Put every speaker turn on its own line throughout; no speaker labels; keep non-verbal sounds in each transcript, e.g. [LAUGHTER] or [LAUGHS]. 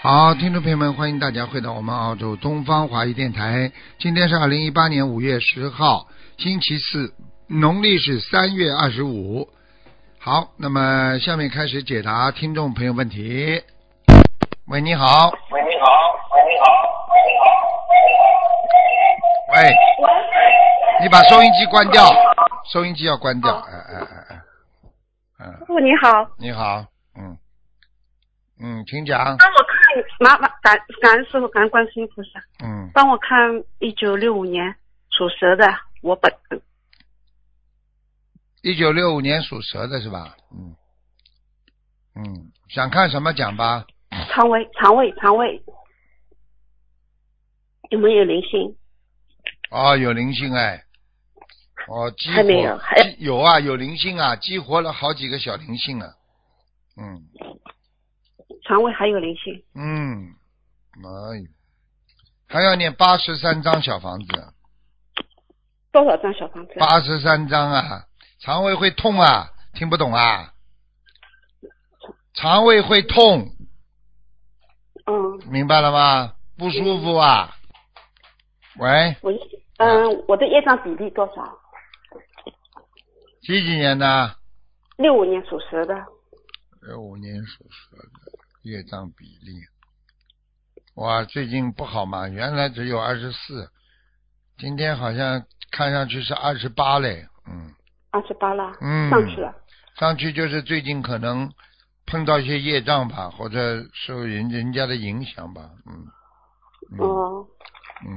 好，听众朋友们，欢迎大家回到我们澳洲东方华语电台。今天是二零一八年五月十号，星期四，农历是三月二十五。好，那么下面开始解答听众朋友问题。喂，你好。
喂，你好，喂，你好，喂，你好，
喂，你把收音机关掉，收音机要关掉。哎哎哎哎，嗯
师，傅你好，
你好，嗯，嗯，请讲，
帮我看麻烦感感恩师傅，感恩观世音菩萨，
嗯，
帮我看一九六五年属蛇的我本人
一九六五年属蛇的是吧？嗯，嗯，想看什么讲吧？
肠胃肠胃肠胃有没有灵性？
哦，有灵性哎，哦，激活
还没有还
激有啊，有灵性啊，激活了好几个小灵性啊，嗯
肠胃还有灵性？
嗯，哎呦，还要念八十三张小房子，
多少张小房子？
八十三张啊，肠胃会痛啊，听不懂啊？肠胃会痛，
嗯，
明白了吗？不舒服啊？喂，
我嗯，我的业障比例多少？
几几年的？
六五年属蛇的，
六五年属蛇的业障比例，哇，最近不好嘛，原来只有二十四，今天好像看上去是二十八嘞，嗯，
二十八了，
嗯
上去了。
上去就是最近可能碰到一些业障吧，或者受人人家的影响吧，嗯，嗯
哦、
嗯，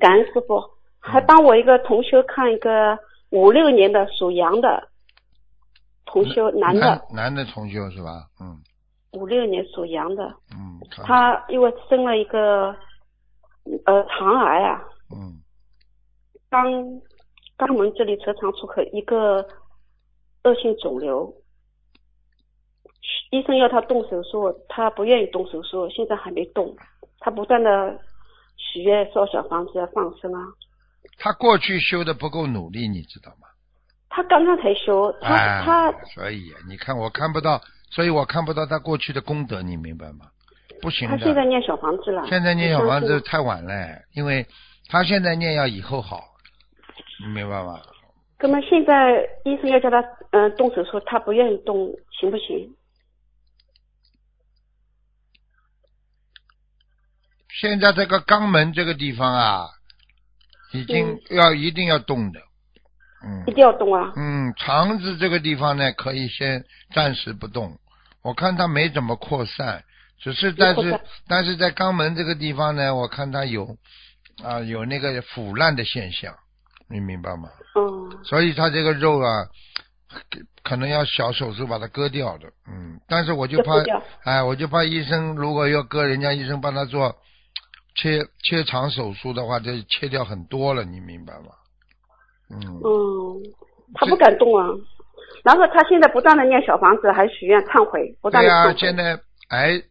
感恩师傅，还帮我一个同修看一个五六年的属羊的同修，嗯男的，
男的重修是吧？嗯
五六年属羊的，
嗯，看
他因为生了一个呃肠癌啊，
嗯
肛肛门这里直肠出口一个恶性肿瘤，医生要他动手术，他不愿意动手术，现在还没动，他不断的许愿烧小房子啊放生啊，
他过去修的不够努力，你知道吗？
他刚刚才修，他、
哎，
他
所以你看，我看不到，所以我看不到他过去的功德，你明白吗？不行
他
的。
现在念小房子了。
现在念小房
你
子
相信吗
太晚了，因为他现在念要以后好，你明白吗？
哥们，现在医生要叫他嗯、呃动手术，他不愿意动，行不行？
现在这个肛门这个地方啊，已经
嗯
要、一定要动的，嗯
一定要动啊！
嗯，肠子这个地方呢，可以先暂时不动。我看它没怎么扩散，只是但
没扩
是
散
但是在肛门这个地方呢，我看它有啊、有那个腐烂的现象，你明白吗？
嗯，
所以它这个肉啊，可可能要小手术把它割掉的，嗯，但是我就
要
怕
割掉，
哎，我就怕医生如果要割，人家医生帮他做切切肠手术的话，这切掉很多了，你明白吗？嗯，
嗯，他不敢动啊。然后他现在不断的念小房子，还许愿忏悔，不断
对
的
呀、
忏悔。
现在癌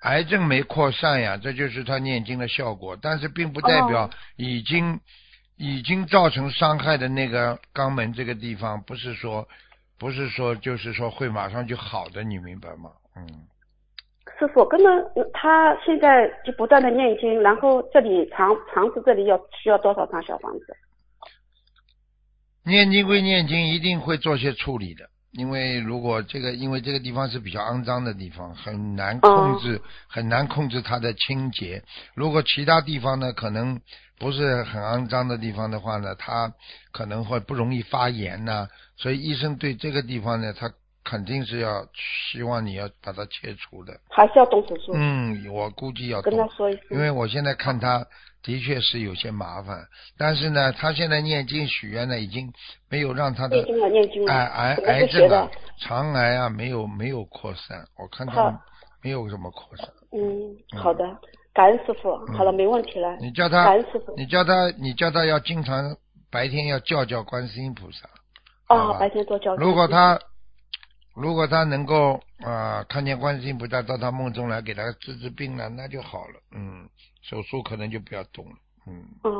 癌症没扩散呀，这就是他念经的效果，但是并不代表
哦
已经、已经造成伤害的那个肛门这个地方，不是说不是说就是说会马上就好的，你明白吗？嗯，
师傅，哥们，他现在就不断的念经，然后这里肠肠子这里要需要多少张小房子？
念经归念经，一定会做些处理的。因为如果这个，因为这个地方是比较肮脏的地方，很难
哦
控制，很难控制它的清洁。如果其他地方呢，可能不是很肮脏的地方的话呢，它可能会不容易发炎呐、所以医生对这个地方呢，他肯定是要希望你要把它切除的。
还是要动手术？
嗯，我估计要
跟他
动，
说一
因
声。
为我现在看他的确是有些麻烦，但是呢，他现在念经许愿呢，已经没有让他
已
的
经要念经了，啊
癌癌
我
癌
不学
症
的
啊。，肠癌啊，没有没有扩散，我看
好
他没有什么扩散。
嗯，好的，感恩师傅。好了，没问题了。
嗯你叫
感
他
恩，师傅。
你叫他，你叫他要经常白天要叫叫观世音菩萨。好
哦
吧，
白天多交流。
如果他如果他能够啊、看见观世音菩萨到他梦中来给他治治病了，那就好了。嗯，手术可能就不要动了。嗯，
嗯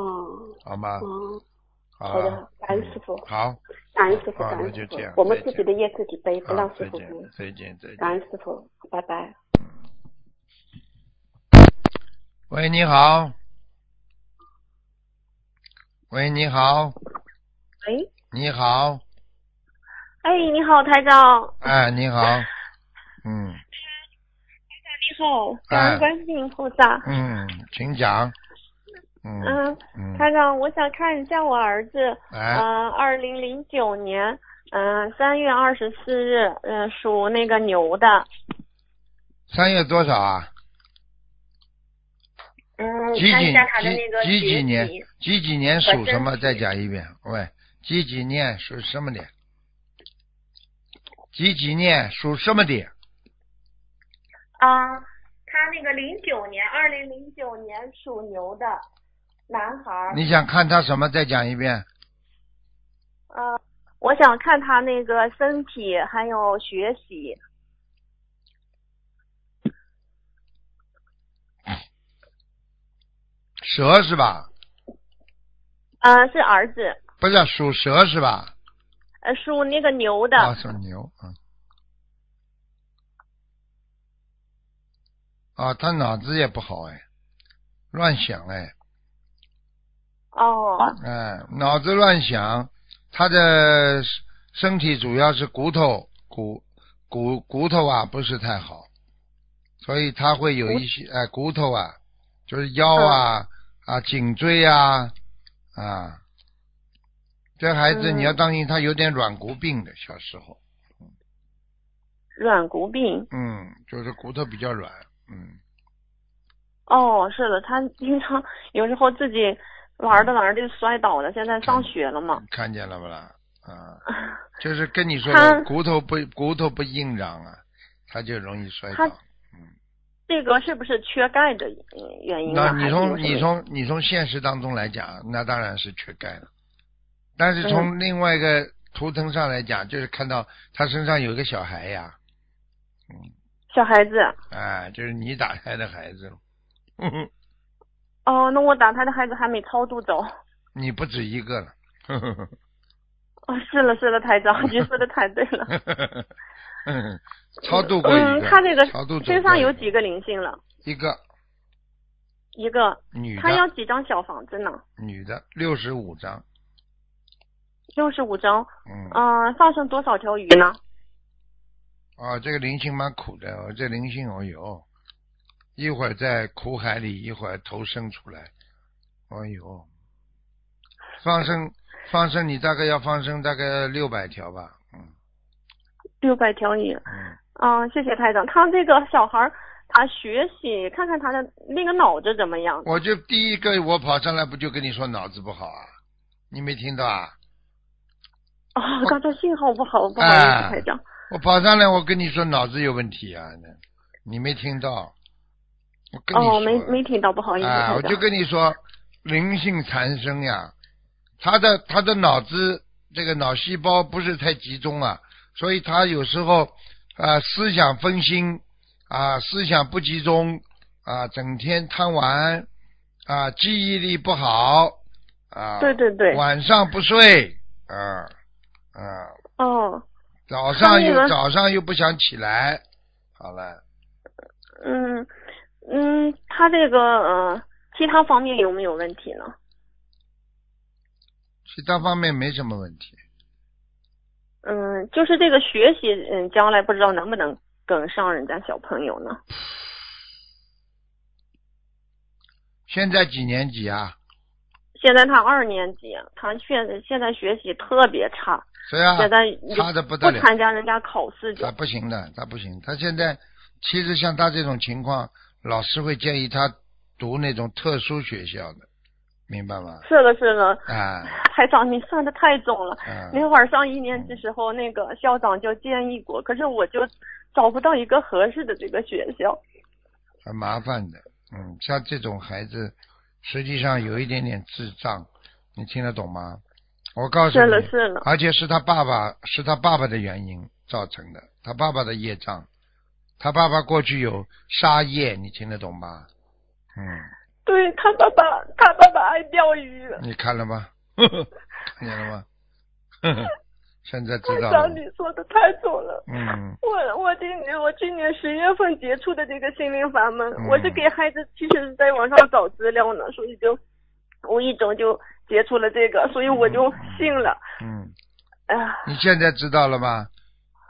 好吗？
嗯，
好啊
好的，感恩师傅，
好，
感恩师傅，
好
感
那
恩
就
师
这样
傅。我们
再
自
见
己的业自己背，不
好
让
再
师傅背
见。，再见，再见。
感恩师傅，拜拜。
喂，你好。喂，你好，
喂，
你好，
哎，你好，台长。
哎，你好，嗯
你好，
哎
感恩观世音菩萨。
嗯，请讲，嗯
嗯，
嗯，
台长，我想看一下我儿子，
哎，
嗯，二零零九年，嗯、3三月二十四日，嗯、属那个牛的，
三月多少啊？
嗯，
几
看
几
一下他的那个
几几
学
几
习
年？几几年属
和
什么？
身体
再讲一遍。喂，几几年属什么的？几几年属什么的？
啊，他那个零九年，二零零九年属牛的男孩儿，
你想看他什么？再讲一遍。
嗯、我想看他那个身体还有学习，
蛇是吧？
嗯、是儿子，
不是属蛇是吧？
呃，属那个牛的，
啊，属牛，嗯。啊，他脑子也不好哎，乱想哎。
哦，
哎，脑子乱想，他的身体主要是骨头骨骨骨头啊不是太好，所以他会有一些哎骨头啊，就是腰
嗯
啊、啊颈椎啊啊，这孩子
嗯
你要当心，他有点软骨病的，小时候，
软骨病。
嗯，就是骨头比较软，嗯，
哦，是的，他经常有时候自己玩着玩着就摔倒了。现在上学了嘛，
看见了不啦？
[LAUGHS]
啊，就是跟你说
他
的骨头不骨头不硬朗啊，他就容易摔
他
倒。
这个是不是缺钙的原因
那
啊？
你
还是有
从
什么
你从你从现实当中来讲，那当然是缺钙了。但
嗯
是从另外一个图腾上来讲，就是看到他身上有一个小孩呀，
小孩子
啊，就是你打胎的孩子。哼哼，
哦，那我打胎的孩子还没超度走。
[LAUGHS] 你不止一个了。 [LAUGHS] 呵呵呵
哦，是了是了，台长，您说的太对
[LAUGHS]
了。
呵呵呵嗯哎超度过一个。
嗯，他这个
超度走
身上
过
有
一个
几个灵性了？
一个
一个，
女
他要
的，
几张小房子呢？
女的六十五张，
六十五张。
嗯
嗯、放生多少条鱼呢？
啊，这个灵性蛮苦的，我这灵性哦哟，一会儿在苦海里，一会儿头伸出来，哎呦，放生放生，你大概要放生大概六百条吧，嗯
六百条鱼。
嗯，
嗯，谢谢台长。他这个小孩儿，他学习，看看他的那个脑子怎么样。
我就第一个我跑上来不就跟你说脑子不好啊，你没听到啊？
哦，刚才信号不好，不好意
哎
思，台长。
我跑上来我跟你说脑子有问题啊，你没听到？我跟你说
哦，没
了
没听到，不好意思，
啊，我
台
就
长。
跟你说，灵性缠身呀，他的他的脑子这个脑细胞不是太集中啊，所以他有时候啊、思想分心啊、思想不集中啊、整天贪玩啊、记忆力不好啊、
对对对
晚上不睡啊啊、
哦，
早上
他那
又
个
早上又不想起来，好了。
嗯嗯，他这个呃，其他方面有没有问题呢？
其他方面没什么问题，
嗯，就是这个学习，嗯，将来不知道能不能跟上人家小朋友呢？
现在几年级啊？
现在他二年级，啊他现在现在学习特别差，
谁啊？
现在
差得不
不
得了
参加人家考试就
他不行的，他不行。他现在其实像他这种情况，老师会建议他读那种特殊学校的，明白吗？
是的，是的，
啊
台长，你算的太准了。
啊！
那会儿上一年级时候，那个校长就建议过，可是我就找不到一个合适的这个学校。
很麻烦的。嗯，像这种孩子，实际上有一点点智障，你听得懂吗？我告诉
是了
你，，
是了，
而且是他爸爸，是他爸爸的原因造成的，他爸爸的业障。他爸爸过去有杀业，你听得懂吧？嗯。
对他爸爸，他爸爸爱钓鱼。
[LAUGHS] 你看了吗？呵呵看见了吗？呵呵 [LAUGHS] 现在知
台
道了
长，。你说的太准了。
嗯
我我今年我今年十月份接触的这个心灵法门，
嗯
我是给孩子其实是在网上找资料呢，所以就无意中就接触了这个，所以我就信了。
嗯，
啊，
你现在知道了吗？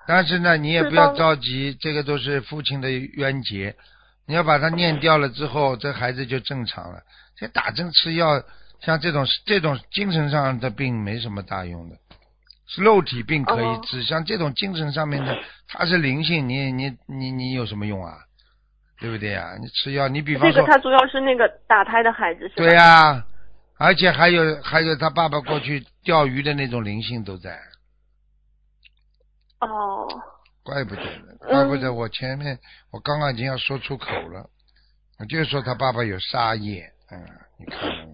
但是呢，你也不
知道
要
了
着急，这个都是父亲的冤结，你要把它念掉了之后，这孩子就正常了。这打针吃药，像这种这种精神上的病没什么大用的，是肉体病可以
哦
治，像这种精神上面的，它是灵性，你你你你有什么用啊？对不对呀、你吃药，你比方
这
说，
个他主要是那个打胎的孩子是吧？
对呀、而且还有还有他爸爸过去钓鱼的那种灵性都在，
哦，
怪不得呢，
嗯
怪不得我前面、我刚刚已经要说出口了，我就说他爸爸有杀业，嗯，你看到吗？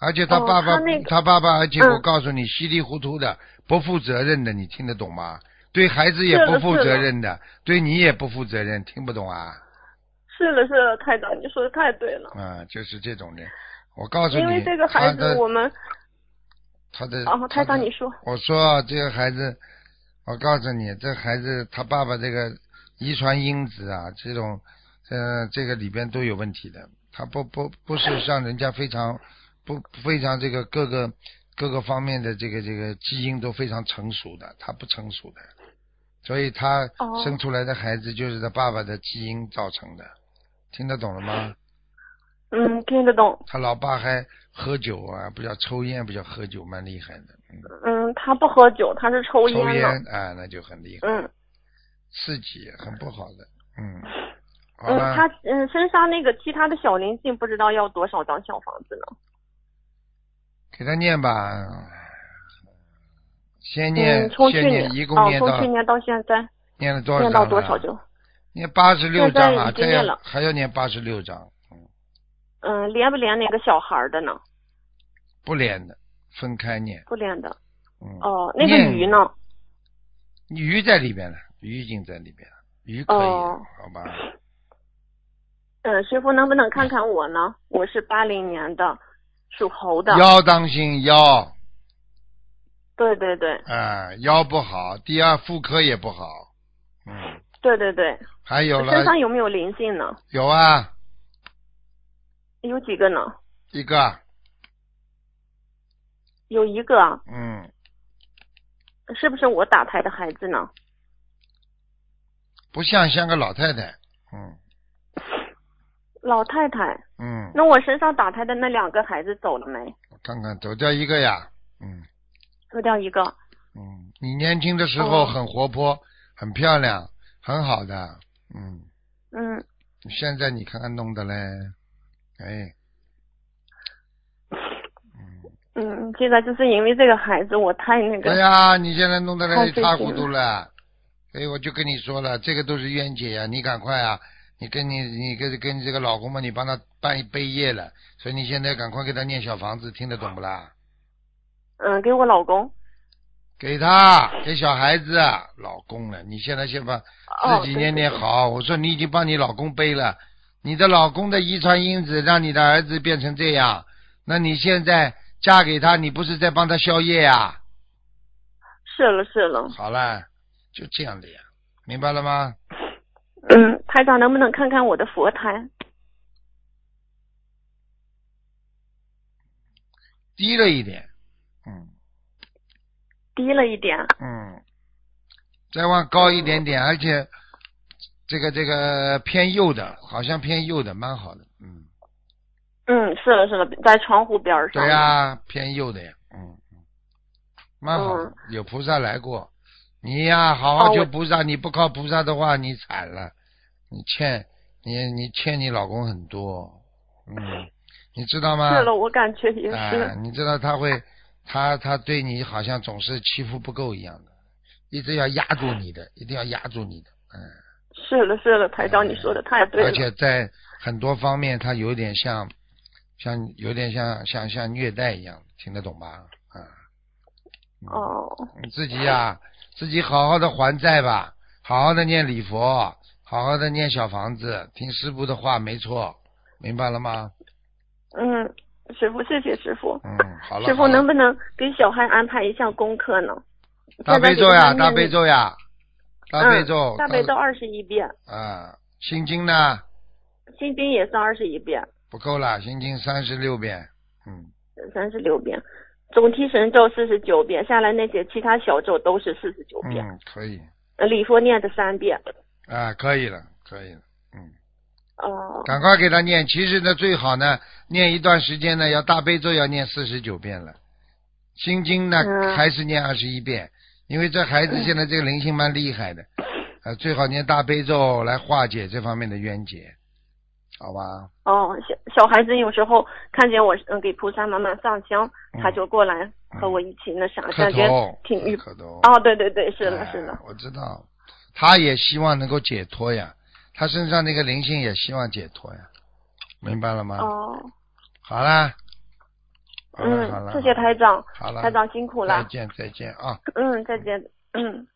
而且他
哦
爸爸，
他那个
爸爸，而且
嗯
我告诉你，稀里糊涂的，不负责任的，你听得懂吗？对孩子也
是
不
的
负
是的
责任的，对你也不负责任，听不懂啊？
是了是了，台长，你说的太对了。
啊、就是这种人。我告诉你，
因为这个孩
他
子，
的
我们
他的，
哦，
他
台长
的
你说，
我说啊这个孩子，我告诉你，这孩子他爸爸这个遗传因子啊，这种，呃，这个里边都有问题的。他不不不是像人家非常不非常这个各个各个方面的这个这个基因都非常成熟的，他不成熟的，所以他
哦
生出来的孩子就是他爸爸的基因造成的，听得懂了吗？
嗯，听得懂。
他老爸还喝酒啊，不叫抽烟，不叫喝酒，蛮厉害的。嗯
嗯，他不喝酒，他是
抽
抽烟呢。
烟啊，那就很厉害。
嗯
刺激很不好的，嗯，好
嗯，
了，
他嗯身上那个其他的小灵性不知道要多少张小房子呢？
给他念吧，先念，
嗯，从去
先
年
念，一共
哦，
念
从
到
去年到现在
念了多少
念
章
到
了？
多少就
念八十六
现在
章啊，
已经
这
念
要
了
还要念八十六章，嗯，
嗯连不连那个小孩儿的呢？
不连的，分开念，
不连的。
嗯，
哦，那个
念
鱼呢？
鱼在里边了，鱼已经在里边了，鱼可以了，
哦
好吧？
嗯，师傅能不能看看我呢？我是八零年的，属猴的。
腰当心腰
对对对
啊，腰不好，第二妇科也不好，嗯，
对对对。
还有了
身上有没有灵性呢？
有啊，
有几个呢？
一个，
有一个啊，
嗯，
是不是我打胎的孩子呢？
不像像个老太太，嗯
老太太，
嗯，
那我身上打胎的那两个孩子走了没？
我看看走掉一个呀，嗯
走掉一个。
嗯，你年轻的时候
哦
很活泼，很漂亮，很好的，嗯，
嗯，
现在你看看弄的嘞，哎，
嗯，现在就是因为这个孩子，我太那个。
哎呀，你现在弄得嘞
太
一
费
塌
劲
糊涂
了
了，所以我就跟你说了，这个都是冤结呀，你赶快啊，你跟你你跟跟你这个老公嘛，你帮他办一背业了，所以你现在赶快给他念小房子，听得懂不啦？
嗯，给我老公。
给他，给小孩子，啊老公了。你现在先把
哦
自己念念好。我说你已经帮你老公背了，你的老公的遗传因子让你的儿子变成这样，那你现在嫁给他，你不是在帮他消业呀、
是了是了
啊？，好了，就这样的呀，明白了吗？
嗯，台长能不能看看我的佛台？
低了一点，嗯
低了一点，
嗯，再往高一点点，而且这个这个偏右的，好像偏右的，蛮好的，嗯，
嗯，是了是了，在窗户边儿上。
对呀、偏右的呀，嗯，嗯蛮好的
嗯
有菩萨来过。你呀、好好
哦
求
我
菩萨，你不靠菩萨的话，你惨了，你欠你你欠你老公很多，嗯，你知道吗？
是了，我感觉也
啊、
是。
你知道他会，他他对你好像总是欺负不够一样的，一直要压住你的，一定要压住你的，嗯。
是了是了，台长你说的太对了。
哎而且在很多方面，他有点像，像有点像像像虐待一样，听得懂吧？啊，嗯，
哦，
你自己呀、自己好好的还债吧，好好的念礼佛，好好的念小房子，听师傅的话没错，明白了吗？
嗯，师傅，谢谢师傅。
嗯，好了。
师
好
傅
了
能不能给小孩安排一项功课呢？
大
现在
悲
给
咒呀，
他念嗯
大悲咒呀，大悲咒，
嗯、大悲咒二十一遍，
啊，心经呢
心经也是二十一遍，
不够啦，心经三十六遍，嗯，
三十六遍，总提神咒四十九遍，下来那些其他小咒都是四十九遍，
嗯，可以，
呃礼佛念的三遍。
啊，可以了，可以了，嗯，
哦、
赶快给他念。其实呢，最好呢，念一段时间呢，要大悲咒要念四十九遍了，心经呢、
嗯
还是念二十一遍，因为这孩子现在这个灵性蛮厉害的，啊，最好念大悲咒来化解这方面的冤结，好吧？
哦，小小孩子有时候看见我嗯给菩萨妈妈上香，他就过来和我一起那啥，
嗯磕
感觉
头，哎
挺郁。
磕头。
哦，对对对，是的，
哎
是的，
我知道，他也希望能够解脱呀，他身上那个灵性也希望解脱呀，明白了吗？
哦，
好啦，好啦好
嗯，
啦，
谢谢台长，
好啦，
台长辛苦
再
了，
见再见啊！
嗯，再见，嗯。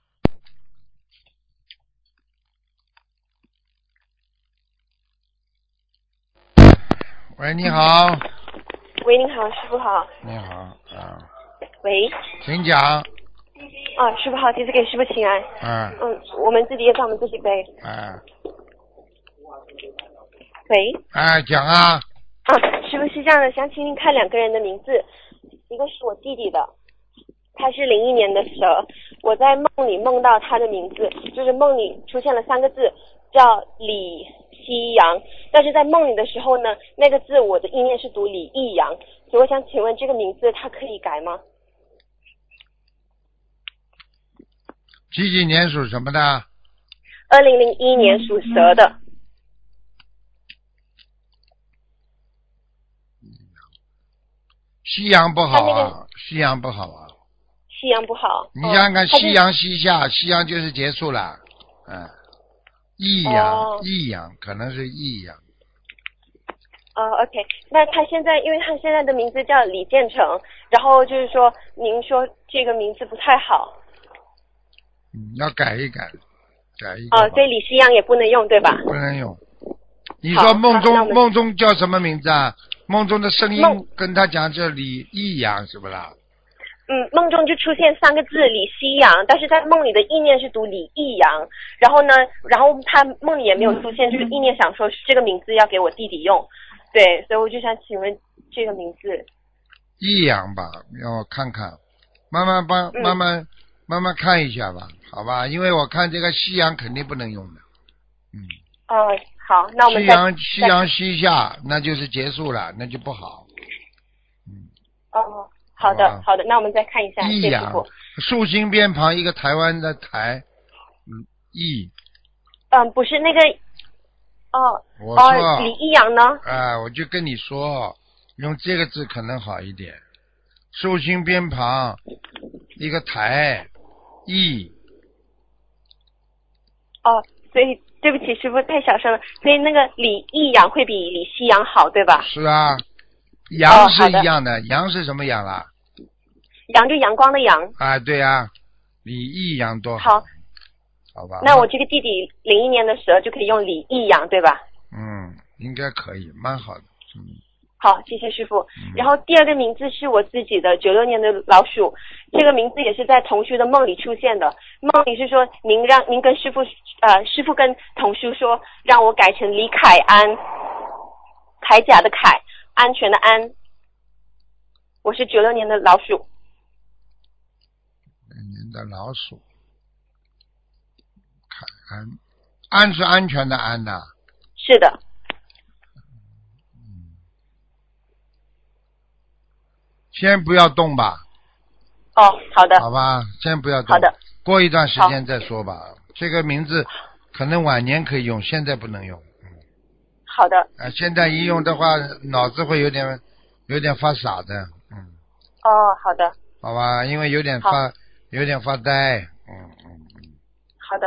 喂，你好，
喂，您好，师傅好。
你好啊，
喂，
请讲，
啊，师傅好，弟子给师傅请安。
啊
嗯，我们自己也上我们自己背。
啊
喂，
啊，讲啊，
啊，师傅是这样的，想请您看两个人的名字，一个是我弟弟的，他是零一年的蛇，我在梦里梦到他的名字，就是梦里出现了三个字，叫李西阳，但是在梦里的时候呢，那个字我的意念是读李易阳，所以我想请问这个名字他可以改吗？
几几年属什么的？
二零零一年属蛇的，
夕阳嗯不好
他那
啊，夕阳不好啊！
西阳不好。
你想想看，
哦他是
夕阳西下，夕阳就是结束了，嗯，异
哦
阳，异阳，可能是异阳。
哦、o k 那他现在，因为他现在的名字叫李建成，然后就是说，您说这个名字不太好，
嗯，要改一改，改一改吧。
哦、所以李西阳也不能用，对吧？
不能用。你
好
说梦
好那我
中
们
梦中叫什么名字啊？梦中的声音
梦
跟他讲叫李易阳，是不啦？
嗯，梦中就出现三个字李西阳，但是在梦里的意念是读李易阳，然后呢，然后他梦里也没有出现，就是意念想说这个名字要给我弟弟用，对，所以我就想请问这个名字，
易阳吧，让我看看，慢慢帮，
嗯
慢慢、慢慢看一下吧，好吧？因为我看这个夕阳肯定不能用的，嗯，
哦、好，那我们
夕
再
阳夕阳西下，那就是结束了，那就不好。嗯
哦、好
好吧
的好的，那我们再看一下，谢
易
谢师
阳
傅。，
竖心边旁一个台湾的台，嗯，易，
嗯，不是那个，哦
我说。
哦，李易阳呢？
啊，我就跟你说，用这个字可能好一点。竖心边旁一个台，易
哦，所以对不起，师傅太小声了。所以那个李易阳会比李西阳好，对吧？
是啊，阳是
哦好
一
的
样的，阳是什么阳啦？
阳就阳光的阳。
啊，对啊，李易阳多好，
好，
好吧？
那我这个弟弟零一年的蛇就可以用李易阳，对吧？
嗯，应该可以，蛮好的。
好，谢谢师傅。然后第二个名字是我自己的，九六年的老鼠，这个名字也是在童叔的梦里出现的。梦里是说您让您跟师傅，呃，师傅跟童叔说让我改成李凯安，铠甲的铠，安全的安。我是九六年的老鼠，
您嗯的老鼠，看安，安是安全的安呐、
是的，
先不要动吧，
哦，好的，
好吧，先不要动。
好的，
过一段时间再说吧。这个名字可能晚年可以用，现在不能用。
好的，
啊、现在一用的话，脑子会有点有点发傻的，嗯，
哦，好的，
好吧，因为有点发有点发呆，嗯嗯，
好的。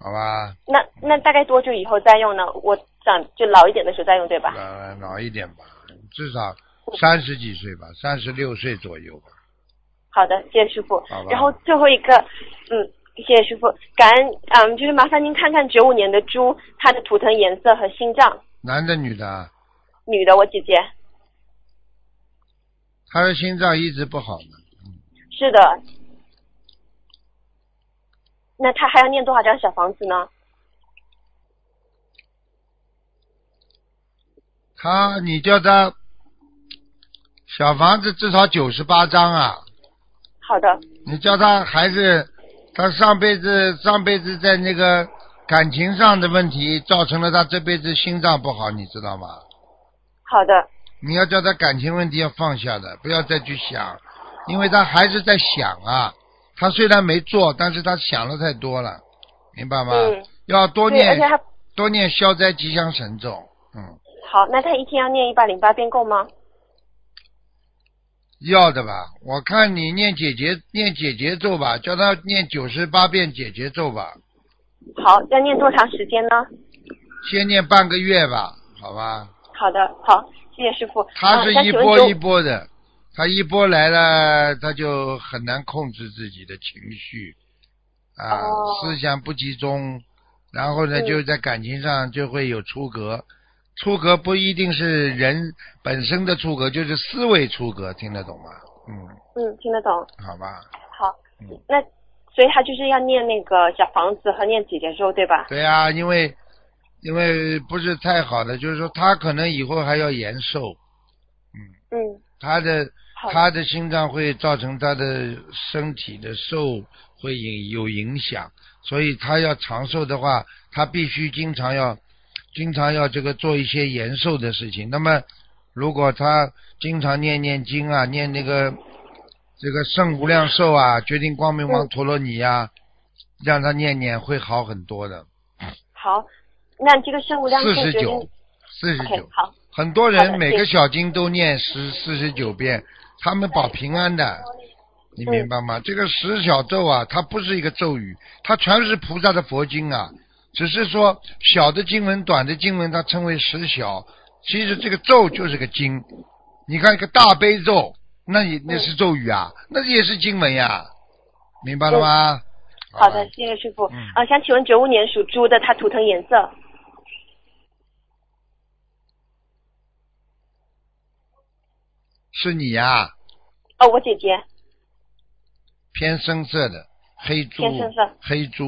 好吧，
那那大概多久以后再用呢？我长就老一点的时候再用，对吧？
老老一点吧，至少三十几岁吧，三十六岁左右吧。
好的，谢谢师傅
好吧。
然后最后一个，嗯，谢谢师傅，感恩，嗯，就是麻烦您看看九五年的猪，它的图腾颜色和心脏，
男的女的啊，
女的，我姐姐，
他的心脏一直不好呢，
是的，
那他还要念多少张小房子呢？
他你叫他小房子至少九十八张啊，
好的，
你叫他还是他上辈子上辈子在那个感情上的问题造成了他这辈子心脏不好，你知道吗？
好的，
你要叫他感情问题要放下的，不要再去想，因为他还是在想啊。他虽然没做，但是他想的太多了，明白吗？
嗯
要多
对，而
念
且他
多念消灾吉祥神咒，嗯，
好，那他一天要念一百零八遍够吗？
要的吧？我看你念姐姐念姐姐咒吧，叫他念九十八遍姐姐咒吧，
好，要念多长时间呢？
先念半个月吧，好吧？
好的，好，谢谢师傅。
他是
啊那
一
请问
波
九
一波的，他一波来了，他就很难控制自己的情绪，啊，
哦
思想不集中，然后呢，
嗯
就在感情上就会有出格，出格不一定是人本身的出格，就是思维出格，听得懂吗？嗯，
嗯，听得懂。
好吧，
好
嗯，
那所以他就是要念那个小房子和念姐姐咒，对吧？
对啊，因为因为不是太好的，就是说他可能以后还要延寿，
嗯，
他的
好的
他的心脏会造成他的身体的受会影有影响，所以他要长寿的话，他必须经常要经常要这个做一些延寿的事情。那么，如果他经常念念经啊，念那个这个圣无量寿啊，决定光明
嗯
王陀罗尼啊，让他念念会好很多的。
好，那这个圣无量
四
寿
十
决定
九，四十
OK，
九，
好，
很多
好的
人每
谢
个
谢
小经都念十四十九遍，他们保平安的，你明白吗？这个十小咒啊，它不是一个咒语，它全是菩萨的佛经啊，只是说小的经文、短的经文，它称为十小。其实这个咒就是个经，你看一个大悲咒，那
嗯
也那是咒语啊，那也是经文呀、明白了吗？
好
吧
的，谢谢师傅。
嗯
啊，想请问九五年属猪的他图腾颜色？
是你呀、
哦，我姐姐。
偏深色的黑猪，
偏深色
黑
[LAUGHS]
猪。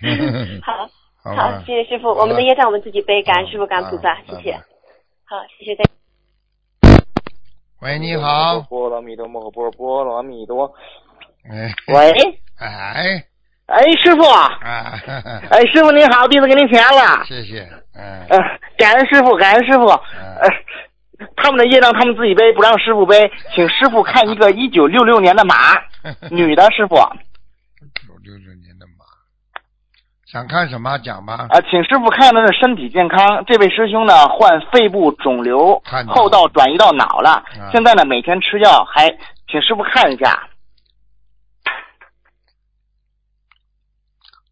[LAUGHS]
好，
好
好
吧，，
谢谢师傅。
好吧
我们的业障我们自己背，感恩师傅，感恩菩萨
啊，
谢谢
拜拜。
好，谢谢大
啊
家。
喂，你好。
波罗蜜多摩诃波波罗蜜多。
哎，
喂，
哎，
哎，师傅，
啊， [LAUGHS] 哈哈
哎，师傅您好，弟子给您钱了。
谢谢，啊嗯，
呃，感恩师傅，感恩师傅。呃，他们的业让他们自己背，不让师傅背，请师傅看一个一九六六年的马，女的师傅啊、
九 [LAUGHS] 六六年的马，想看什么讲吧？
呃请师傅看她的身体健康。这位师兄呢，患肺部肿瘤
看，到了
后道转移到脑了
啊，
现在呢每天吃药，还请师傅看一下。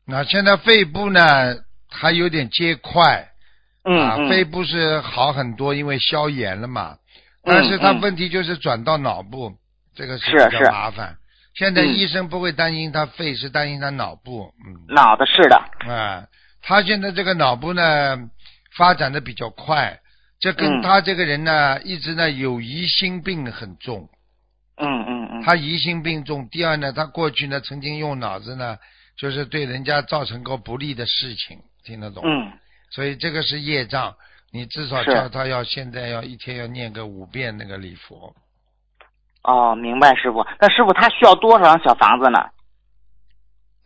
那现在肺部呢，还有点结块，
嗯
啊，
嗯
肺部是好很多，因为消炎了嘛。
嗯
但是它
嗯
问题就是转到脑部，这个
是
比
是
较麻烦。现在
嗯
医生不会担心他肺，是担心他脑部。嗯
脑子是的，
啊，他现在这个脑部呢发展的比较快，这跟
嗯
他这个人呢一直呢有疑心病很重。
嗯嗯嗯，
他疑心病重。第二呢，他过去呢曾经用脑子呢，就是对人家造成过不利的事情，听得懂吗？
嗯。
所以这个是业障，你至少
是
叫他要现在要一天要念个五遍那个礼佛，
哦，明白，师傅。那师傅他需要多少张小房子呢？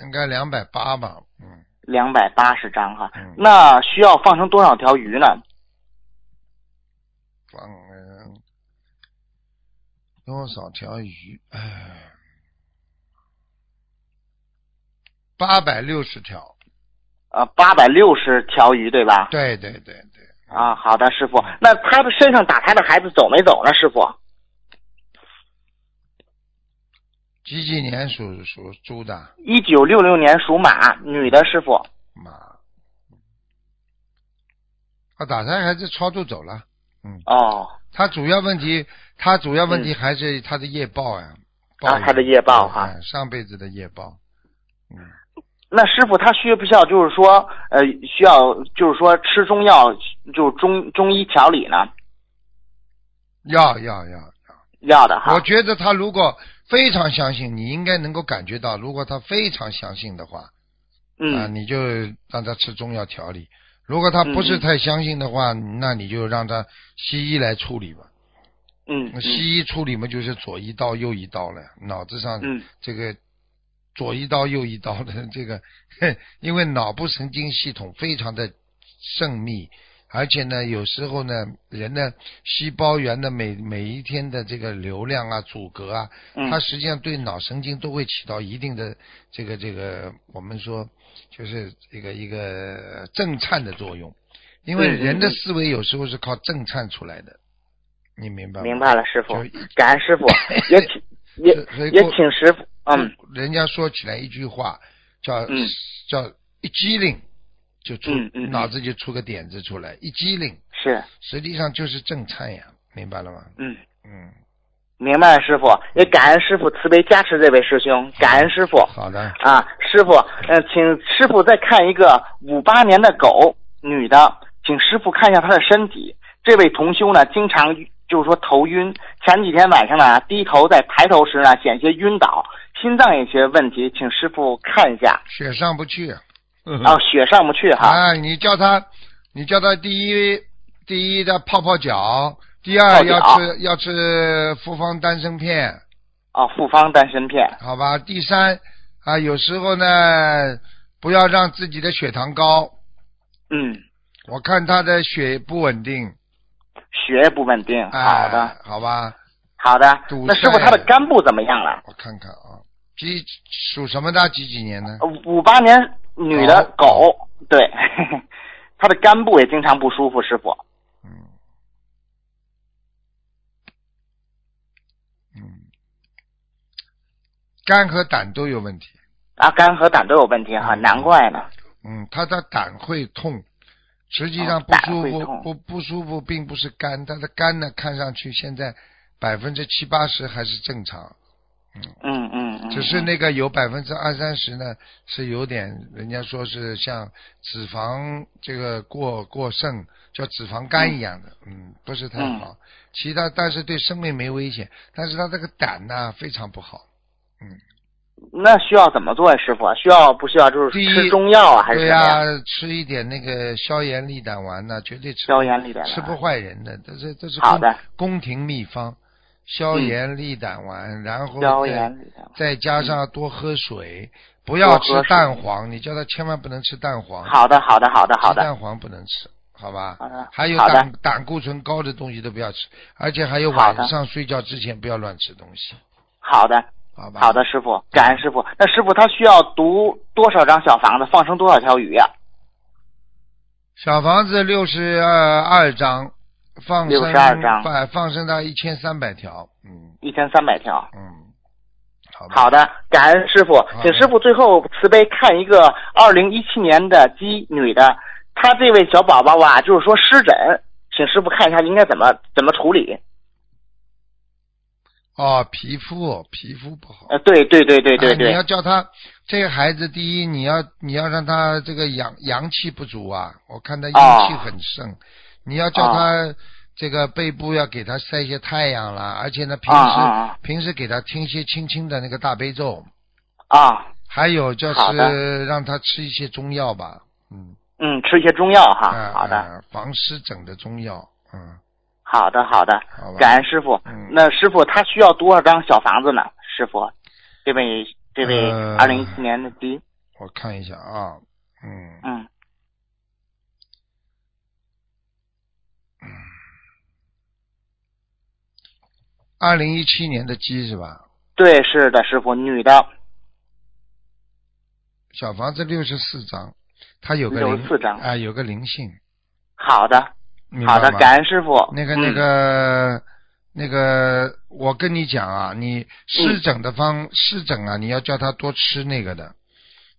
应该两百八吧，嗯，
两百八十张哈
嗯。
那需要放成多少条鱼呢？
放嗯多少条鱼？唉，八百六十条，
呃，八百六十条鱼对吧？
对对对对，
啊，好的，师傅。那他的身上打胎的孩子走没走呢，师傅？
几几年属属猪的
一九六六年属马，女的，师傅。
马？他打算还是超度走了，嗯，
哦，
他主要问题，他主要问题还是他的业报呀、报
嗯啊他的业报哈
哎上辈子的业报，嗯，
那师傅他需不需要就是说，呃，需要就是说吃中药，就是中中医调理呢？
要要要，
要的哈
我。觉得他如果非常相信，你应该能够感觉到，如果他非常相信的话，啊，
嗯，
你就让他吃中药调理。如果他不是
嗯嗯
太相信的话，那你就让他西医来处理吧。
嗯，嗯
西医处理嘛，就是左一刀右一刀了，脑子上
嗯
这个左一刀右一刀的这个， [LAUGHS] 因为脑部神经系统非常的缜密，而且呢，有时候呢，人的细胞源的每每一天的这个流量啊、阻隔啊，
嗯
它实际上对脑神经都会起到一定的这个这个，我们说就是一个一个震颤的作用，因为
嗯嗯
人的
嗯
思维有时候是靠震颤出来的，你明白吗？
明白了，师傅
就，
感
[LAUGHS]
恩师傅，也请也
所以
也
过
请师傅，嗯
人家说起来一句话叫、
嗯
叫一激灵，就出、
嗯嗯嗯
脑子就出个点子出来，一激灵
是，
实际上就是正颤呀，明白了吗？
嗯。
嗯，
明白了，师傅，也感恩师傅慈悲加持这位师兄，感恩师傅
好的，
啊，师傅，嗯、请师傅再看一个五八年的狗，女的，请师傅看一下她的身体。这位同修呢，经常就是说头晕，前几天晚上呢低头在抬头时呢险些晕倒，心脏有些问题，请师傅看一下。
血上不去。
啊，血上不去哈，
嗯啊，你叫他，你叫他第一第一的泡泡脚，第二
泡脚
要吃要吃复方丹参片，
啊，复方丹参片，
好吧？第三啊，有时候呢，不要让自己的血糖高。
嗯，
我看他的血不稳定，
血不稳定，好的，
哎，好吧，
好的
堵。
那师傅
塞
他的肝部怎么样了？
我看看啊，几属什么的？几几年呢？
呃五八年女的
狗
狗，对， [LAUGHS] 她的肝部也经常不舒服，师傅。
嗯，嗯，肝和胆都有问题。
啊，肝和胆都有问题哈，
嗯
难怪呢。
嗯，他的胆会痛，实际
哦
上不
胆
舒
会
服，
痛
不不舒服并不是肝，他的肝呢看上去现在百分之七八十还是正常，
嗯嗯嗯。
只是
嗯
那个有百分之二三十呢是有点，人家说是像脂肪这个过过剩，叫脂肪肝一样的，嗯不是太
嗯
好。其他但是对生命没危险，但是他这个胆呢非常不好。
嗯那需要怎么做呀，师傅？需要不需要就是
第一
吃中药啊，还是
对
什么呀？
呀、吃一点那个消炎利胆丸呢，绝对吃
消炎利胆
吃不
丸。
坏人的，这是这是
啊好
宫
的
宫廷秘方，消炎利胆丸，然后
嗯啊消
再
炎利胆丸。
再加上多喝水，不要吃
多喝水
蛋黄，你叫他千万不能吃蛋黄，
好的，好的，好的，好
鸡
的，
蛋黄不能吃，好吧？
好的
还有
好的
胆胆固醇高的东西都不要吃，而且还有
好
晚
的
上睡觉之前不要乱吃东西，
好的，
好吧？
好的，，师傅，感恩师傅。那师傅他需要读多少张小房子，放生多少条鱼呀？啊
小房子六十二张，放生
62张
放放生到一千三百条，嗯
一千三百条。
嗯，好吧
好的，感恩师傅，请师傅最后慈悲看一个二零一七年的鸡女的，她这位小宝宝啊，就是说湿疹，请师傅看一下应该怎么怎么处理。
哦，皮肤皮肤不好。
呃，对对对对对
哎你
对，
要叫他这个孩子，第一，你要你要让他这个阳阳气不足啊，我看他阴气很盛，你要
啊
叫他这个背部要给他晒一些太阳啦，而且呢，平时、
啊啊啊
平时给他听一些轻轻的那个大悲咒，
啊，
还有就
好
是让他吃一些中药吧，嗯，
嗯，吃一些中药哈
啊。
好的，
啊防湿疹的中药，嗯，
好的，好的，
好吧，
感恩师傅
嗯。
那师傅他需要多少张小房子呢？师傅，这位这位
呃
二零一七年的鸡，
我看一下啊，嗯，
嗯，
二零一七年的鸡是吧？
对，是的，师傅，女的
小房子六十四张，它有个灵
64张
啊、有个灵性，
好的，
明白
好的，
吗
感恩师傅。
那个
嗯
那个、那个，我跟你讲啊，你湿疹的
嗯
方湿疹啊，你要叫他多吃那个的，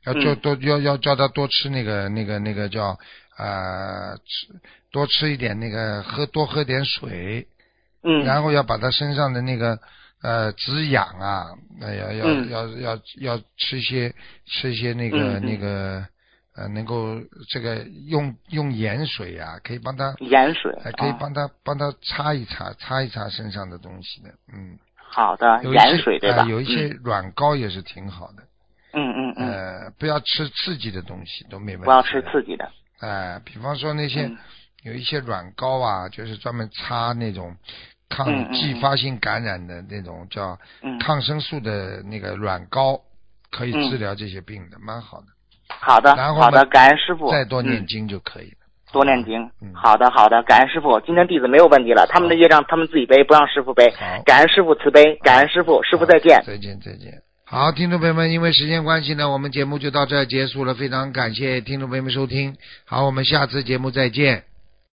要
嗯
就多要要叫他多吃那个那个那个叫呃吃多吃一点那个喝多喝点水，
嗯，
然后要把他身上的那个呃止痒啊，呃、要要、
嗯
要要要吃一些吃一些那个、
嗯嗯
那个呃能够这个用用盐水啊，可以帮他
盐水
还可以
啊
帮他、帮他擦一擦擦一擦身上的东西的，嗯，
好的，
有一些
啊盐水对吧？
啊有一些软膏也是挺好的，
嗯嗯嗯嗯，
呃，不要吃刺激的东西都没问题。
不要吃刺激的。
哎、比方说那些、
嗯
有一些软膏啊，就是专门擦那种
嗯
抗
嗯
继发性感染的那种叫
嗯，
抗生素的那个软膏，可以
嗯
治疗这些病的，蛮好的。
好的
然后
好的，
呢
感恩师傅。
再多念
嗯
经就可以了。
多念经
嗯。
好的好的，感恩师傅，今天弟子没有问题了，他们的业障他们自己背，不让师傅背。
好，
嗯感恩师傅慈悲，感恩师傅，师傅再见
好。再见，再见。好，听众朋友们，因为时间关系呢，我们节目就到这儿结束了。非常感谢听众朋友们收听，好，我们下次节目再见。